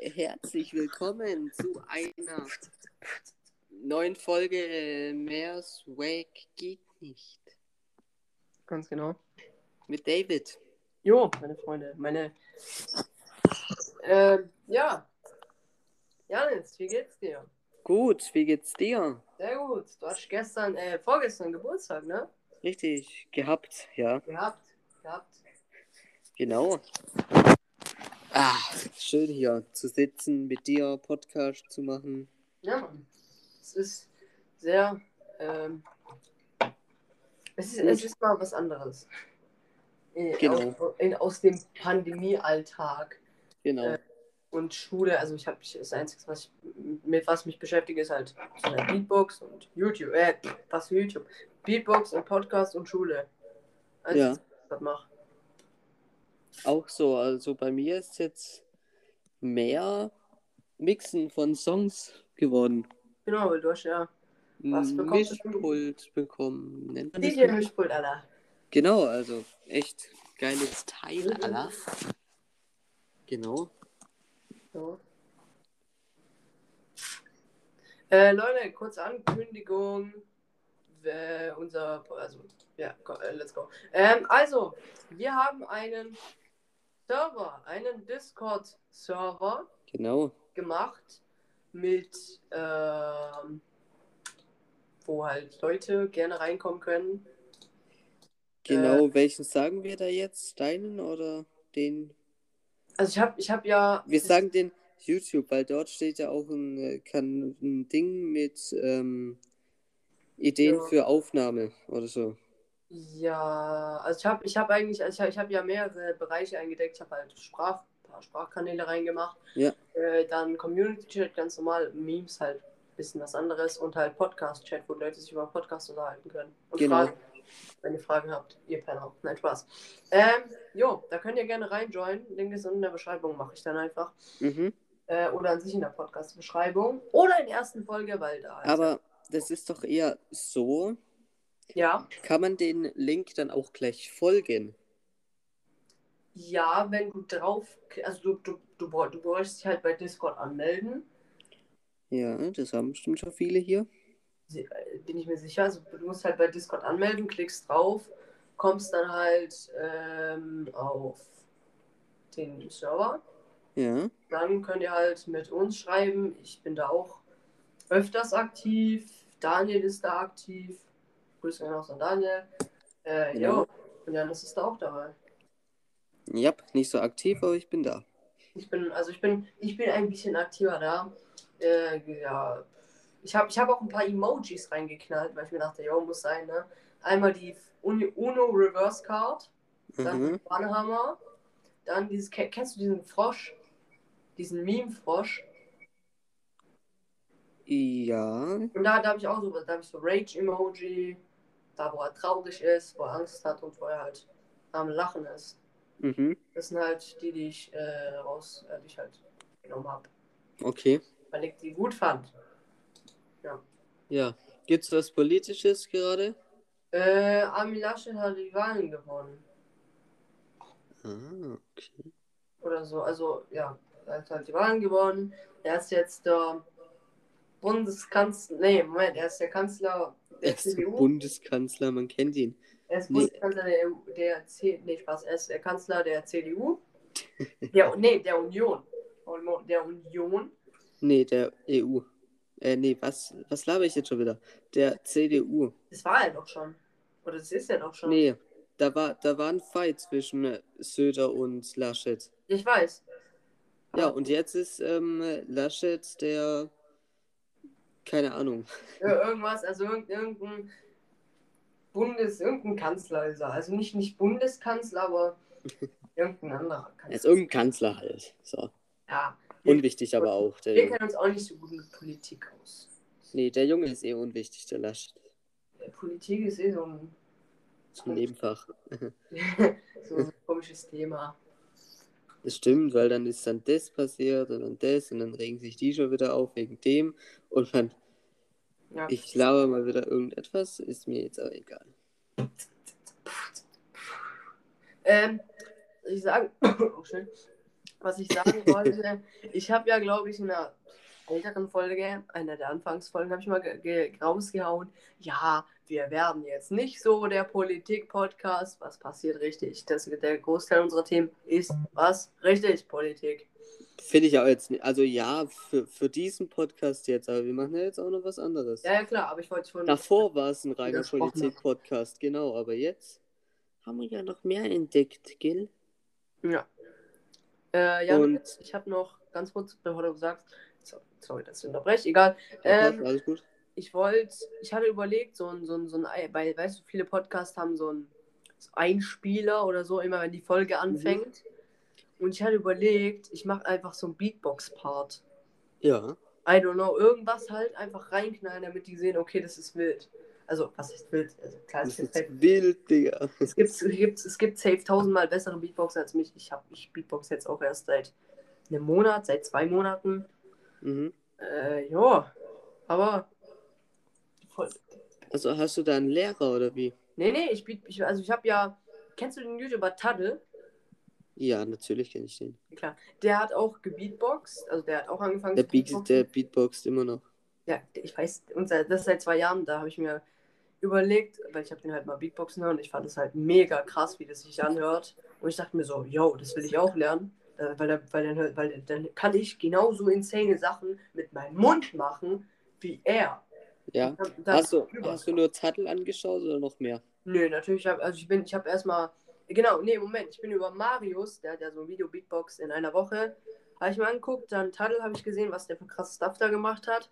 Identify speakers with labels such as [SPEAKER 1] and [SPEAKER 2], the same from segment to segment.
[SPEAKER 1] herzlich willkommen zu einer neuen Folge äh, Mehr's Wake geht nicht.
[SPEAKER 2] Ganz genau.
[SPEAKER 1] Mit David.
[SPEAKER 2] Jo, meine Freunde, meine. Ähm, ja. Janis, wie geht's dir?
[SPEAKER 1] Gut, wie geht's dir?
[SPEAKER 2] Sehr gut. Du hast gestern, äh, vorgestern Geburtstag, ne?
[SPEAKER 1] Richtig, gehabt, ja,
[SPEAKER 2] Gehabt. Gehabt.
[SPEAKER 1] genau. Ah, schön hier zu sitzen, mit dir Podcast zu machen.
[SPEAKER 2] Ja, Mann. Es ist sehr. Ähm, es, ist, es ist mal was anderes. Äh,
[SPEAKER 1] Genau.
[SPEAKER 2] Aus, in, aus dem Pandemie-Alltag
[SPEAKER 1] Genau.
[SPEAKER 2] Äh. und Schule. Also, ich habe das Einzige, was ich, mit was mich beschäftige, ist halt so eine Beatbox und YouTube. Äh, was für YouTube? Beatbox und Podcast und Schule. Also,
[SPEAKER 1] Ja.
[SPEAKER 2] was mach.
[SPEAKER 1] Auch so, also bei mir ist jetzt mehr Mixen von Songs geworden.
[SPEAKER 2] Genau, weil du hast ja. Was
[SPEAKER 1] Ein
[SPEAKER 2] bekommst du?
[SPEAKER 1] Mischpult bekommen. Nennt man das so?
[SPEAKER 2] DJ-Mischpult, Alter.
[SPEAKER 1] Genau, also echt geiles Teil, Alter. Genau.
[SPEAKER 2] So. Äh, Leute, kurze Ankündigung. Äh, unser, also, ja, go- äh, let's go. Ähm, also, wir haben einen Server, einen Discord-Server
[SPEAKER 1] Genau.
[SPEAKER 2] gemacht mit, ähm, wo halt Leute gerne reinkommen können.
[SPEAKER 1] Genau, welchen sagen wir da jetzt? Deinen oder den?
[SPEAKER 2] Also, ich habe ich hab ja.
[SPEAKER 1] Wir sagen den YouTube, weil dort steht ja auch ein, äh, kann, ein Ding mit ähm, Ideen
[SPEAKER 2] Ja.
[SPEAKER 1] für Aufnahme oder so.
[SPEAKER 2] Ja, also ich habe ich hab eigentlich, also ich habe ich hab ja mehrere Bereiche eingedeckt. Ich habe halt Sprach, ein paar Sprachkanäle reingemacht.
[SPEAKER 1] Ja.
[SPEAKER 2] Äh, dann Community-Chat ganz normal, Memes halt, bisschen was anderes und halt Podcast-Chat, wo Leute sich über Podcasts unterhalten können. Und
[SPEAKER 1] Genau.
[SPEAKER 2] Fragen, wenn ihr Fragen habt, ihr Penner. Nein, Spaß. Ähm, jo, da könnt ihr gerne reinjoinen. Link ist unten in der Beschreibung, mache ich dann einfach.
[SPEAKER 1] Mhm.
[SPEAKER 2] Äh, oder an sich in der Podcast-Beschreibung. Oder in der ersten Folge, weil da ist-
[SPEAKER 1] Aber das ist doch eher so.
[SPEAKER 2] Ja,
[SPEAKER 1] Kann man den Link dann auch gleich folgen?
[SPEAKER 2] ja, wenn du drauf, also du, du, du, brauch- du bräuchst dich halt bei Discord anmelden.
[SPEAKER 1] Ja, das haben bestimmt schon viele hier.
[SPEAKER 2] Sie- äh, bin ich mir sicher. Also du musst halt bei Discord anmelden, klickst drauf, kommst dann halt ähm, auf den Server.
[SPEAKER 1] Ja.
[SPEAKER 2] Dann könnt ihr halt mit uns schreiben. Ich bin da auch öfters aktiv. Daniel ist da aktiv. Grüße gehen raus an Daniel. Äh,
[SPEAKER 1] Genau.
[SPEAKER 2] Jo, und Janis ist da auch dabei.
[SPEAKER 1] Ja, nicht so aktiv, aber ich bin da.
[SPEAKER 2] Ich bin, also ich bin, ich bin ein bisschen aktiver da. Äh, ja. Ich habe ich hab auch ein paar Emojis reingeknallt, weil ich mir dachte, jo, muss sein, ne? Einmal die Uni- Uno Reverse Card, dann
[SPEAKER 1] Mhm.
[SPEAKER 2] Banhammer, dann dieses, ke- kennst du diesen Frosch? Diesen Meme-Frosch.
[SPEAKER 1] Ja,
[SPEAKER 2] Und da, da habe ich auch so, da habe ich so Rage-Emoji, da wo er traurig ist, wo er Angst hat und wo er halt am Lachen ist.
[SPEAKER 1] mhm.
[SPEAKER 2] Das sind halt die, die ich äh, raus, äh, die ich halt genommen habe,
[SPEAKER 1] okay.
[SPEAKER 2] weil ich die gut fand.
[SPEAKER 1] Ja. Gibt's was Politisches gerade?
[SPEAKER 2] Äh, Armin Laschet hat die Wahlen gewonnen.
[SPEAKER 1] Ah, okay.
[SPEAKER 2] Oder so. Also, ja, er hat halt die Wahlen gewonnen. Er ist jetzt der Bundeskanzler. Nee, Moment, er ist der Kanzler der
[SPEAKER 1] Er ist der
[SPEAKER 2] CDU.
[SPEAKER 1] Bundeskanzler, man kennt ihn.
[SPEAKER 2] Er ist
[SPEAKER 1] Nee.
[SPEAKER 2] Bundeskanzler der EU, der C nee, Spaß, er ist der Kanzler der CDU. Der, nee, der Union. Oh, Der Union.
[SPEAKER 1] Nee, der EU. Äh, nee, was, was laber ich jetzt schon wieder? Der CDU.
[SPEAKER 2] Das war er doch schon. Oder das ist er doch schon.
[SPEAKER 1] Nee, da war, da war ein Fight zwischen äh, Söder und Laschet.
[SPEAKER 2] Ich weiß.
[SPEAKER 1] Ja, und jetzt ist ähm, Laschet der. Keine Ahnung.
[SPEAKER 2] Ja, irgendwas, also irgend- irgendein Bundes, irgendein Kanzler ist er. Also nicht, nicht Bundeskanzler, aber irgendein anderer
[SPEAKER 1] Er
[SPEAKER 2] Kanzler.
[SPEAKER 1] ist irgendein Kanzler halt. So.
[SPEAKER 2] Ja,
[SPEAKER 1] Unwichtig aber auch. Der
[SPEAKER 2] wir
[SPEAKER 1] Junge.
[SPEAKER 2] kennen uns auch nicht so gut mit Politik aus.
[SPEAKER 1] Nee, der Junge ist eh unwichtig, der Laschet.
[SPEAKER 2] Äh, Politik ist eh so ein,
[SPEAKER 1] Zum Nebenfach.
[SPEAKER 2] so ein komisches Thema.
[SPEAKER 1] Das stimmt, weil dann ist dann das passiert und dann das und dann regen sich die schon wieder auf wegen dem und man,
[SPEAKER 2] Ja.
[SPEAKER 1] ich laber mal wieder irgendetwas, ist mir jetzt auch egal.
[SPEAKER 2] Ähm, ich sage, oh, schön. was ich sagen wollte, ich habe ja, glaube ich, in einer älteren Folge, einer der Anfangsfolgen, habe ich mal ge- ge- rausgehauen, ja, wir werden jetzt nicht so der Politik-Podcast. Was passiert richtig? Das, der Großteil unserer Themen ist was? Richtig, Politik.
[SPEAKER 1] Finde ich auch jetzt nicht. Also ja, für, für diesen Podcast jetzt, aber wir machen ja jetzt auch noch was anderes.
[SPEAKER 2] Ja, ja klar, aber ich wollte schon.
[SPEAKER 1] Davor war es ein reiner
[SPEAKER 2] Das brauchen wir.
[SPEAKER 1] Politik-Podcast, genau, aber jetzt haben wir ja noch mehr entdeckt, gell?
[SPEAKER 2] Ja. Äh, ja,
[SPEAKER 1] Und-
[SPEAKER 2] ich habe noch ganz kurz, bevor du sagst, so- sorry, dass ich unterbreche, egal.
[SPEAKER 1] Ähm,
[SPEAKER 2] Ähm,
[SPEAKER 1] alles gut.
[SPEAKER 2] ich wollte, ich hatte überlegt, so ein, so ein, so ein, Ei- weil, weißt du, viele Podcasts haben so ein so Einspieler oder so, immer wenn die
[SPEAKER 1] Mhm.
[SPEAKER 2] Folge anfängt. Und ich hatte überlegt, ich mache einfach so ein Beatbox-Part.
[SPEAKER 1] Ja.
[SPEAKER 2] I don't know, irgendwas halt einfach reinknallen, damit die sehen, okay, das ist wild. Also, was ist wild? Also, klar, es
[SPEAKER 1] Das
[SPEAKER 2] gibt
[SPEAKER 1] ist
[SPEAKER 2] safe,
[SPEAKER 1] wild, Digga.
[SPEAKER 2] es gibt, es gibt, es gibt safe tausendmal bessere Beatboxer als mich. Ich habe ich Beatbox jetzt auch erst seit einem Monat, seit zwei Monaten.
[SPEAKER 1] Mhm.
[SPEAKER 2] Äh, ja, aber voll,
[SPEAKER 1] Also hast du da einen Lehrer oder wie?
[SPEAKER 2] Nee, nee, ich biete, ich, also ich habe ja, kennst du den YouTuber Tadde?
[SPEAKER 1] Ja, natürlich kenne ich den.
[SPEAKER 2] Klar. Der hat auch gebeatboxt, also der hat auch angefangen
[SPEAKER 1] Der,
[SPEAKER 2] zu
[SPEAKER 1] Beat,
[SPEAKER 2] beatboxen.
[SPEAKER 1] der beatboxt immer noch.
[SPEAKER 2] Ja, ich weiß, und seit- das seit zwei Jahren, da habe ich mir überlegt, weil ich habe den halt mal beatboxen hören und ich fand es halt mega krass, wie das sich anhört. Und ich dachte mir so, yo, das will ich auch lernen. Äh, Weil, er- weil, dann, weil dann kann ich genauso insane Sachen mit meinem Mund machen wie er.
[SPEAKER 1] Ja.
[SPEAKER 2] Dann- dann-
[SPEAKER 1] Hast du,
[SPEAKER 2] rüber.
[SPEAKER 1] hast du nur Zettel angeschaut oder noch mehr?
[SPEAKER 2] Nö, natürlich, hab, also ich bin, ich habe erstmal, genau, nee, Moment, ich bin über Marius, der hat ja so ein Video Beatbox in einer Woche, habe ich mir angeguckt, dann Tadel habe ich gesehen, was der für krasses Stuff da gemacht hat.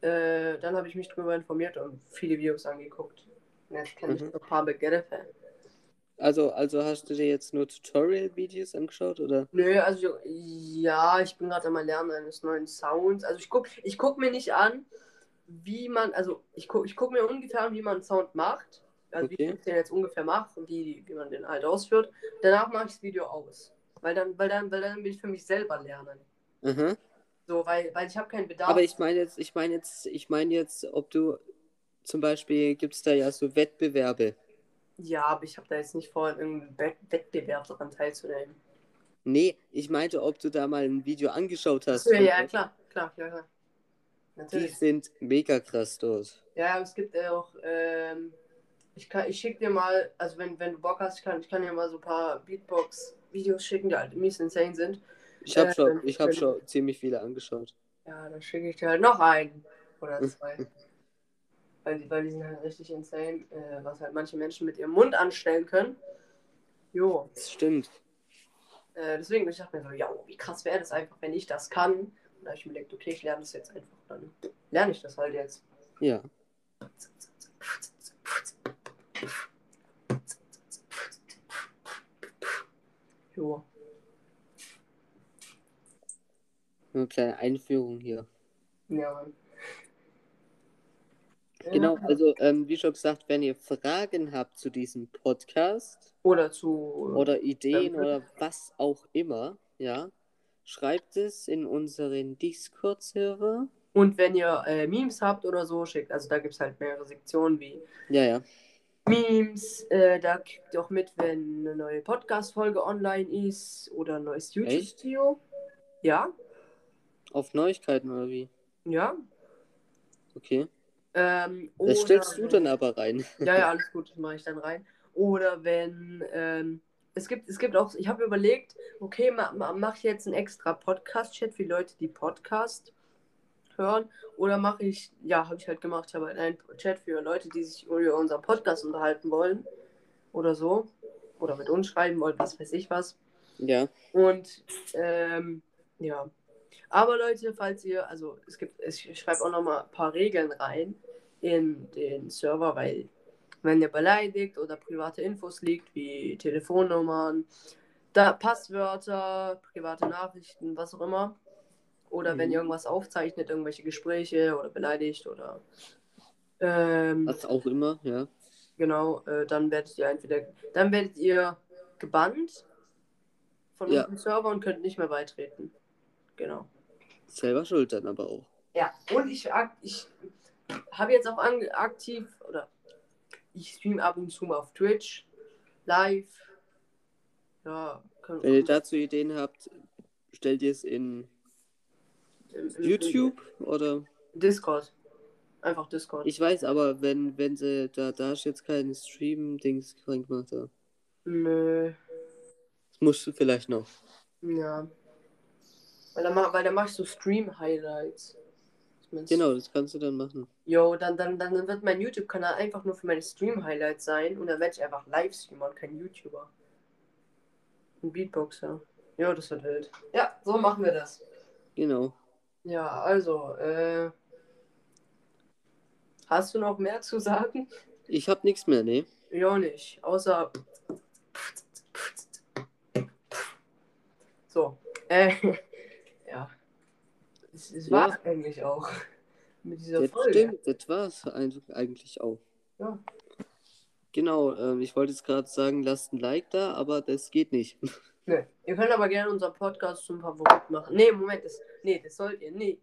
[SPEAKER 2] Äh, dann habe ich mich drüber informiert und viele Videos angeguckt. Und Jetzt kenne ich
[SPEAKER 1] Mhm.
[SPEAKER 2] so ein paar Begriffe.
[SPEAKER 1] Also, also hast du dir jetzt nur Tutorial-Videos angeschaut oder?
[SPEAKER 2] Nö, also ja, ich bin gerade am Lernen eines neuen Sounds. Also ich guck, ich guck mir nicht an, wie man, also ich guck, ich guck mir ungefähr an, wie man einen Sound macht. Also wie
[SPEAKER 1] Okay.
[SPEAKER 2] ich den jetzt ungefähr mache und wie, wie man den halt ausführt. Danach mache ich das Video aus. Weil dann, weil dann, weil dann will ich für mich selber lernen.
[SPEAKER 1] Aha.
[SPEAKER 2] So, weil, weil ich habe keinen Bedarf.
[SPEAKER 1] Aber ich meine jetzt, ich meine jetzt, ich meine jetzt, ob du zum Beispiel gibt es da ja so Wettbewerbe.
[SPEAKER 2] ja, aber ich habe da jetzt nicht vor, in irgendeinem Wett- Wettbewerb daran teilzunehmen.
[SPEAKER 1] Nee, ich meinte, ob du da mal ein Video angeschaut hast.
[SPEAKER 2] Achso, ja, ja, klar, klar, klar, klar.
[SPEAKER 1] Die
[SPEAKER 2] Natürlich.
[SPEAKER 1] sind mega krass dort.
[SPEAKER 2] Ja, aber es gibt ja auch, ähm, ich, kann- ich schicke dir mal, also wenn, wenn du Bock hast, ich kann, ich kann dir mal so ein paar Beatbox-Videos schicken, die halt mies insane sind.
[SPEAKER 1] Ich habe
[SPEAKER 2] Äh,
[SPEAKER 1] schon, ich habe
[SPEAKER 2] wenn-
[SPEAKER 1] schon ziemlich viele angeschaut.
[SPEAKER 2] Ja, dann schicke ich dir halt noch einen oder zwei. weil, die, weil die sind halt richtig insane, äh, was halt manche Menschen mit ihrem Mund anstellen können. Jo,
[SPEAKER 1] Das stimmt.
[SPEAKER 2] äh, deswegen, ich dachte mir so, ja, wie krass wäre das einfach, wenn ich das kann. Und da habe ich mir gedacht, okay, ich lerne das jetzt einfach, dann lerne ich das halt jetzt.
[SPEAKER 1] Ja.
[SPEAKER 2] Jo.
[SPEAKER 1] Nur Eine kleine Einführung hier.
[SPEAKER 2] Ja, Mann.
[SPEAKER 1] Genau,
[SPEAKER 2] Ja.
[SPEAKER 1] also ähm, wie schon gesagt, wenn ihr Fragen habt zu diesem Podcast
[SPEAKER 2] Oder zu.
[SPEAKER 1] oder Ideen
[SPEAKER 2] Danke.
[SPEAKER 1] oder was auch immer, ja, schreibt es in unseren Discord-Server.
[SPEAKER 2] Und wenn ihr äh, Memes habt oder so, schickt. Also da gibt es halt mehrere Sektionen wie
[SPEAKER 1] Ja, ja.
[SPEAKER 2] Memes. Äh, da kriegt ihr auch mit, wenn eine neue Podcast-Folge online ist oder ein neues
[SPEAKER 1] Echt?
[SPEAKER 2] YouTube-Video. Ja,
[SPEAKER 1] Auf Neuigkeiten oder wie?
[SPEAKER 2] ja.
[SPEAKER 1] Okay.
[SPEAKER 2] Ähm,
[SPEAKER 1] Das stellst
[SPEAKER 2] oder-
[SPEAKER 1] du dann aber rein.
[SPEAKER 2] Ja, ja, alles gut, das mache ich dann rein. Oder wenn, ähm, es gibt, es gibt auch, ich habe überlegt, okay, ma, ma, mache ich jetzt einen extra Podcast-Chat für Leute, die Podcast hören? Oder mache ich, ja, habe ich halt gemacht, ich habe halt einen Chat für Leute, die sich über unseren Podcast unterhalten wollen oder so. Oder mit uns schreiben wollen, was weiß ich was.
[SPEAKER 1] Ja.
[SPEAKER 2] Und ähm, ja. Aber Leute, falls ihr, also es gibt, ich schreibe auch nochmal ein paar Regeln rein in den Server, weil wenn ihr beleidigt oder private Infos liegt, wie Telefonnummern, da Passwörter, private Nachrichten, was auch immer. Oder wenn
[SPEAKER 1] Mhm.
[SPEAKER 2] ihr irgendwas aufzeichnet, irgendwelche Gespräche oder beleidigt oder ähm,
[SPEAKER 1] Was auch immer, ja.
[SPEAKER 2] Genau, äh, dann werdet ihr entweder, dann werdet ihr gebannt von
[SPEAKER 1] Ja.
[SPEAKER 2] unserem Server und könnt nicht mehr beitreten. Genau.
[SPEAKER 1] Selber schuld dann aber auch.
[SPEAKER 2] Ja, und ich, ak- ich habe jetzt auch ange- aktiv, oder ich stream ab und zu mal auf Twitch, live. Ja, können,
[SPEAKER 1] Wenn ihr dazu Ideen habt, Stellt ihr es in
[SPEAKER 2] Im- im-
[SPEAKER 1] YouTube oder?
[SPEAKER 2] Discord. Einfach Discord.
[SPEAKER 1] Ich weiß, aber wenn, wenn sie, da, da ist jetzt kein Stream-Dings reingemacht. ja.
[SPEAKER 2] Nö.
[SPEAKER 1] Das musst du vielleicht noch.
[SPEAKER 2] Ja. Weil da, ma- weil da machst du Stream-Highlights. Ich mein's-
[SPEAKER 1] Genau, das kannst du dann machen.
[SPEAKER 2] Yo, dann, dann, dann wird mein YouTube-Kanal einfach nur für meine Stream-Highlights sein und dann werde ich einfach Livestreamer und kein YouTuber. Ein Beatboxer. Ja, das wird wild. Ja, so machen wir das.
[SPEAKER 1] Genau.
[SPEAKER 2] Ja, also, äh. Hast du noch mehr zu sagen?
[SPEAKER 1] Ich hab nichts mehr, ne?
[SPEAKER 2] Ja, nicht. Außer. So. Äh. Ja. Es, es war
[SPEAKER 1] Ja.
[SPEAKER 2] eigentlich auch mit dieser
[SPEAKER 1] Das
[SPEAKER 2] Folge.
[SPEAKER 1] stimmt, das war's ein- eigentlich auch.
[SPEAKER 2] Ja.
[SPEAKER 1] Genau, ähm, ich wollte jetzt gerade sagen, lasst ein Like da, aber das geht nicht.
[SPEAKER 2] Nee. Ihr könnt aber gerne unseren Podcast zum Favorit machen. Nee, Moment, das, nee, das sollt ihr. Nee,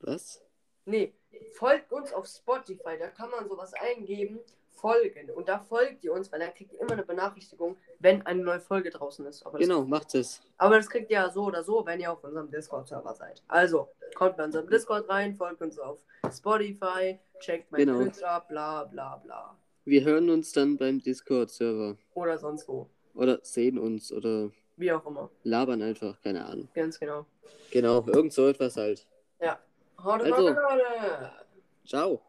[SPEAKER 1] Was?
[SPEAKER 2] nee. Folgt uns auf Spotify, da kann man sowas eingeben. Folgen. Und da folgt ihr uns, weil dann kriegt ihr immer eine Benachrichtigung, wenn eine neue Folge draußen ist. Aber das,
[SPEAKER 1] Genau, macht es.
[SPEAKER 2] aber das kriegt ihr ja so oder so, wenn ihr auf unserem Discord-Server seid. Also, kommt bei unserem Discord rein, folgt uns auf Spotify, checkt meine
[SPEAKER 1] Genau.
[SPEAKER 2] Bilder ab, bla bla bla.
[SPEAKER 1] Wir hören uns dann beim Discord-Server.
[SPEAKER 2] Oder sonst wo.
[SPEAKER 1] Oder sehen uns oder
[SPEAKER 2] Wie auch immer.
[SPEAKER 1] labern einfach, keine Ahnung.
[SPEAKER 2] Ganz genau.
[SPEAKER 1] Genau, irgend so etwas halt.
[SPEAKER 2] Haut
[SPEAKER 1] Also.
[SPEAKER 2] rein, Leute!
[SPEAKER 1] Ciao.